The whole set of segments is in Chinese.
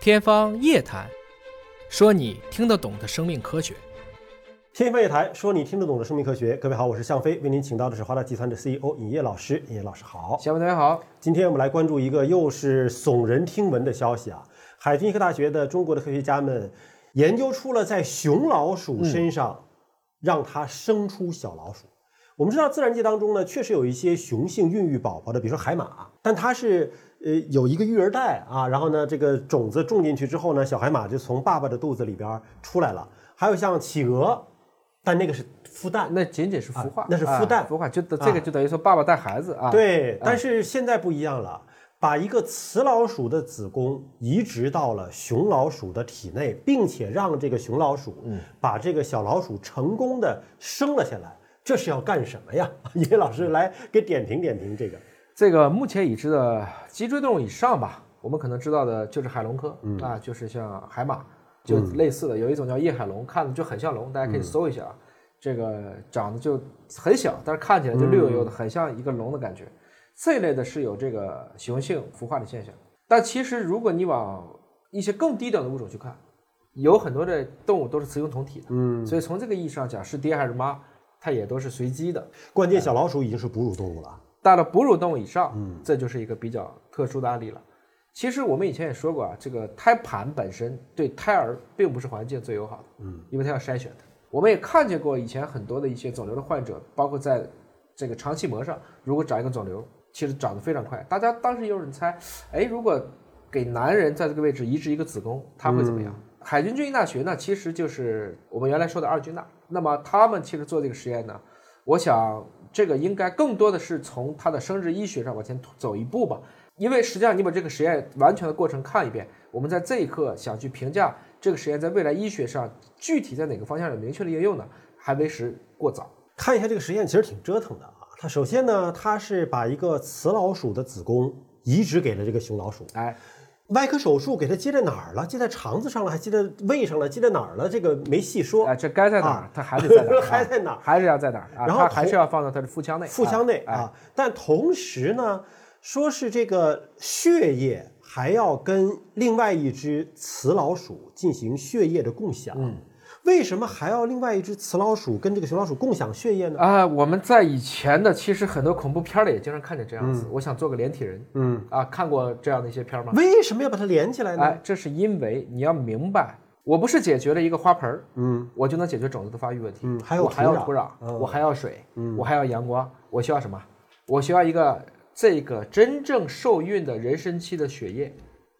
天方夜谭，说你听得懂的生命科学。天方夜谭，说你听得懂的生命科学。各位好，我是向飞，为您请到的是华大集团的 CEO 尹烨老师。尹烨老师好，小朋友大家好，今天我们来关注一个又是耸人听闻的消息啊！海军医科大学的中国的科学家们研究出了在雄老鼠身上让它生出小老鼠。我们知道自然界当中呢，确实有一些雄性孕育宝宝的，比如说海马，但它是呃有一个育儿袋啊，然后呢这个种子种进去之后呢，小海马就从爸爸的肚子里边儿出来了。还有像企鹅，但那个是孵蛋，那仅仅是孵化，啊那是孵蛋啊孵化就等这个就等于说爸爸带孩子啊，，对，但是现在不一样了，把一个雌老鼠的子宫移植到了雄老鼠的体内，并且让这个雄老鼠把这个小老鼠成功的生了下来，这是要干什么呀？ 叶老师来给点评点评这个。这个目前已知的脊椎动物以上吧，我们可能知道的就是海龙科、啊，就是像海马，就类似的，有一种叫夜海龙，看着就很像龙，大家可以搜一下啊。这个长得就很小，但是看起来就绿油油的，很像一个龙的感觉。这一类的是有这个雄性孵化的现象，但其实如果你往一些更低等的物种去看，有很多的动物都是雌雄同体的，嗯，所以从这个意义上讲，是爹还是妈，它也都是随机的。关键小老鼠已经是哺乳动物了，到了哺乳动物以上，嗯，这就是一个比较特殊的案例了。其实我们以前也说过啊，这个胎盘本身对胎儿并不是环境最友好的，嗯，因为它要筛选的。我们也看见过以前很多的一些肿瘤的患者，包括在这个肠系膜上，如果长一个肿瘤，其实长得非常快。大家当时有人猜，哎，如果给男人在这个位置移植一个子宫，他会怎么样？海军军医大学呢，其实就是我们原来说的二军大。那么他们其实做这个实验呢，我想这个应该更多的是从它的生殖医学上往前走一步吧，因为实际上你把这个实验完全的过程看一遍，我们在这一刻想去评价这个实验在未来医学上具体在哪个方向有明确的应用呢，还为时过早。看一下这个实验其实挺折腾的啊。它首先呢，它是把一个雌老鼠的子宫移植给了这个雄老鼠，哎，外科手术给它接在哪儿了？接在肠子上了，还接在胃上了？接在哪儿了？这个没细说。啊哎，这该在哪儿，它还得在哪儿， 还在哪儿啊还是要在哪儿啊？然后它头还是要放到它的腹腔内，腹啊腔内啊。但同时呢，说是这个血液还要跟另外一只雌老鼠进行血液的共享。嗯为什么还要另外一只雌老鼠跟这个雄老鼠共享血液呢？啊、我们在以前的其实很多恐怖片儿里也经常看见这嗯样子。我想做个连体人，嗯啊，看过这样的一些片儿吗？为什么要把它连起来呢？哎，这是因为你要明白，我不是解决了一个花盆儿，嗯，我就能解决种子的发育问题，嗯还有我还要土嗯土壤，我还要水，我还要阳光，我需要什么？我需要一个这个真正受孕的人参期的血液，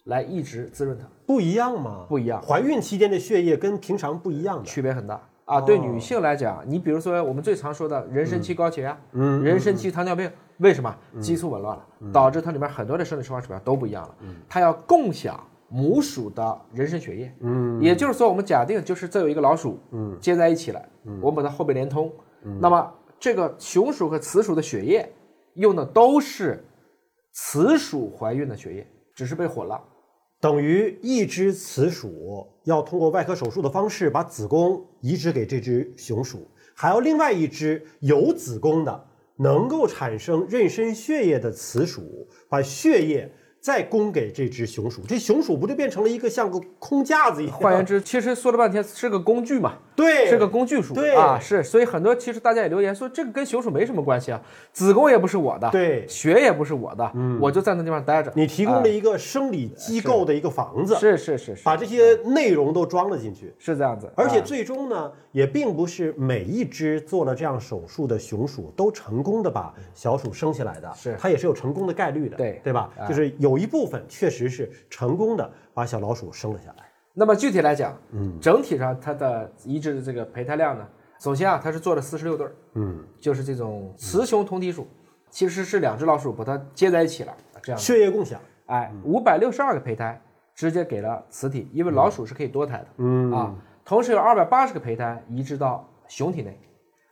来一直滋润它，不一样吗？不一样。怀孕期间的血液跟平常不一样的。区别很大啊。对女性来讲，你比如说我们最常说的妊娠期高血压，嗯，妊娠期糖尿病，为什么激素紊乱了，导致它里面很多的生理生化指标都不一样了，它要共享。母鼠的妊娠血液，嗯，也就是说，我们假定就是这有一个老鼠，嗯，接在一起了，嗯，我们把它后背连通，那么这个雄鼠和雌鼠的血液用的都是雌鼠怀孕的血液，只是被混了，等于一只雌鼠要通过外科手术的方式把子宫移植给这只雄鼠，还要另外一只有子宫的能够产生妊娠血液的雌鼠把血液再供给这只雄鼠，这雄鼠不就变成了一个像个空架子一样？换言之，其实说了半天是个工具嘛，对，是个工具鼠，对啊，是，所以很多其实大家也留言说，这个跟雄鼠没什么关系啊，子宫也不是我的，对嗯血也不是我的，我就在那地方待着。你提供了一个生理机构的一个房子，哎是是是是把这些内容都装了进去。是这样子，而且啊最终呢，也并不是每一只做了这样手术的雄鼠都成功的把小鼠生下来的，嗯是它也是有成功的概率的，对啊对吧？就是有一部分确实是成功的把小老鼠生了下来。那么具体来讲，嗯，整体上它的移植的这个胚胎量呢，首先啊，它是做了四十六对儿，嗯，就是这种雌雄同体鼠，其实是两只老鼠把它接在一起了，这样子，血液共享，哎，五百六十二个胚胎直接给了雌体，因为老鼠是可以多胎的，嗯啊，同时有二百八十个胚胎移植到熊体内，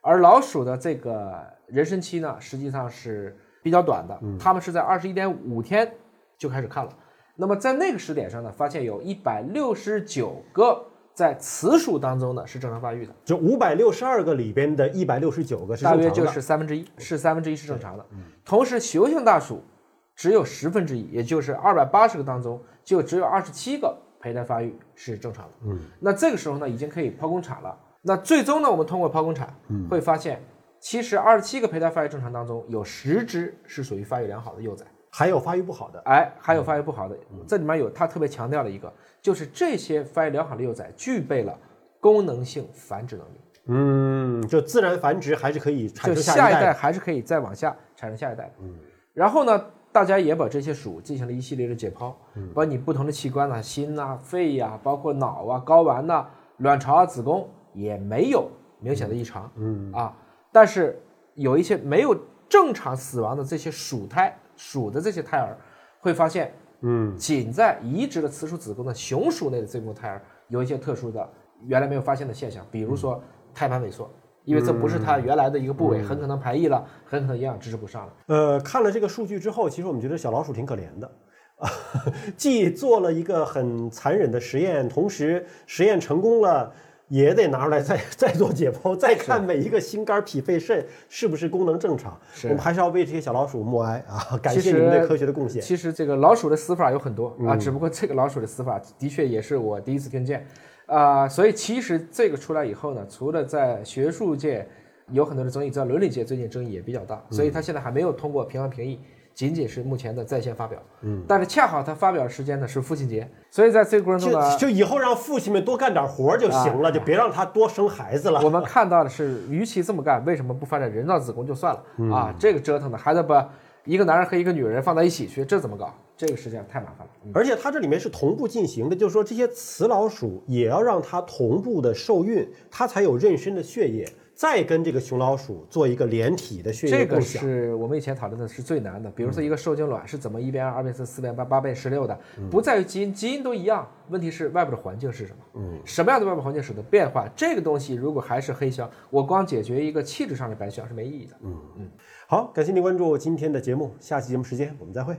而老鼠的这个妊娠期呢，实际上是比较短的，它们是在二十一点五天就开始看了。那么在那个时点上呢，发现有一百六十九个在雌鼠当中呢是正常发育的，就五百六十二个里边的一百六十九个是大正约常就的，嗯是三分之一，是三分之一是正常的。同时，雄性大鼠只有十分之一，也就是二百八十个当中，就只有二十七个胚胎发育是正常的。嗯，那这个时候呢，已经可以剖宫产了。那最终呢，我们通过剖宫产嗯会发现，其实二十七个胚胎发育正常当中，有十只是属于发育良好的幼崽。还有发育不好的，哎，还有发育不好的，嗯这里面有他特别强调了一个，就是这些发育良好的幼崽具备了功能性繁殖能力，嗯，就自然繁殖还是可以就产生下一代代还是可以再往下产生下一代。嗯，然后呢，大家也把这些鼠进行了一系列的解剖，嗯把你不同的器官呐、心呐、肺呀、包括脑啊、睾丸呐、卵巢啊、子宫也没有明显的异常。嗯啊，但是有一些没有正常死亡的这些鼠胎鼠的这些胎儿，会发现嗯，仅在移植了雌鼠子宫的雄鼠内的这部分胎儿有一些特殊的原来没有发现的现象，比如嗯说胎盘萎缩，因为这不是它原来的一个部位，很可能排异了，很可能营养支持不上了。呃，看了这个数据之后，其实我们觉得小老鼠挺可怜的， 既做了一个很残忍的实验，同时实验成功了。也得拿出来再 再做解剖，再看每一个心肝脾肺肾是不是功能正常。是我们还是要为这些小老鼠默哀啊！感其谢你嗯们对实科学的贡献。其实这个老鼠的死法有很多啊，只不过这个老鼠的死法的确也是我第一次听见啊、所以其实这个出来以后呢，除了在学术界有很多的争议，在伦理界最近争议也比较大，所嗯以它现在还没有通过平衡评议。仅仅是目前的在线发表，嗯，但是恰好它发表时间呢是父亲节，所以在这个过程中呢就，就以后让父亲们多干点活儿就啊行了，就别让他多生孩子了。我们看到的是，与其这么干，为什么不发展人造子宫就算了、啊？这个折腾的，还得把一个男人和一个女人放在一起去，这怎么搞？这个实际上太麻烦了。而且它这里面是同步进行的，就是说这些雌老鼠也要让它同步的受孕，它才有妊娠的血液，再跟这个雄老鼠做一个连体的血液这个共享。是我们以前讨论的是最难的，比如说一个受精卵是怎么一变二、二变四、四变八、八变十六的，不在于基因，基因都一样，问题是外部的环境是什么？嗯，什么样的外部环境使得变化？这个东西如果还是黑箱，我光解决一个气质上的白箱是没意义的。好，感谢您关注今天的节目，下期节目时间我们再会。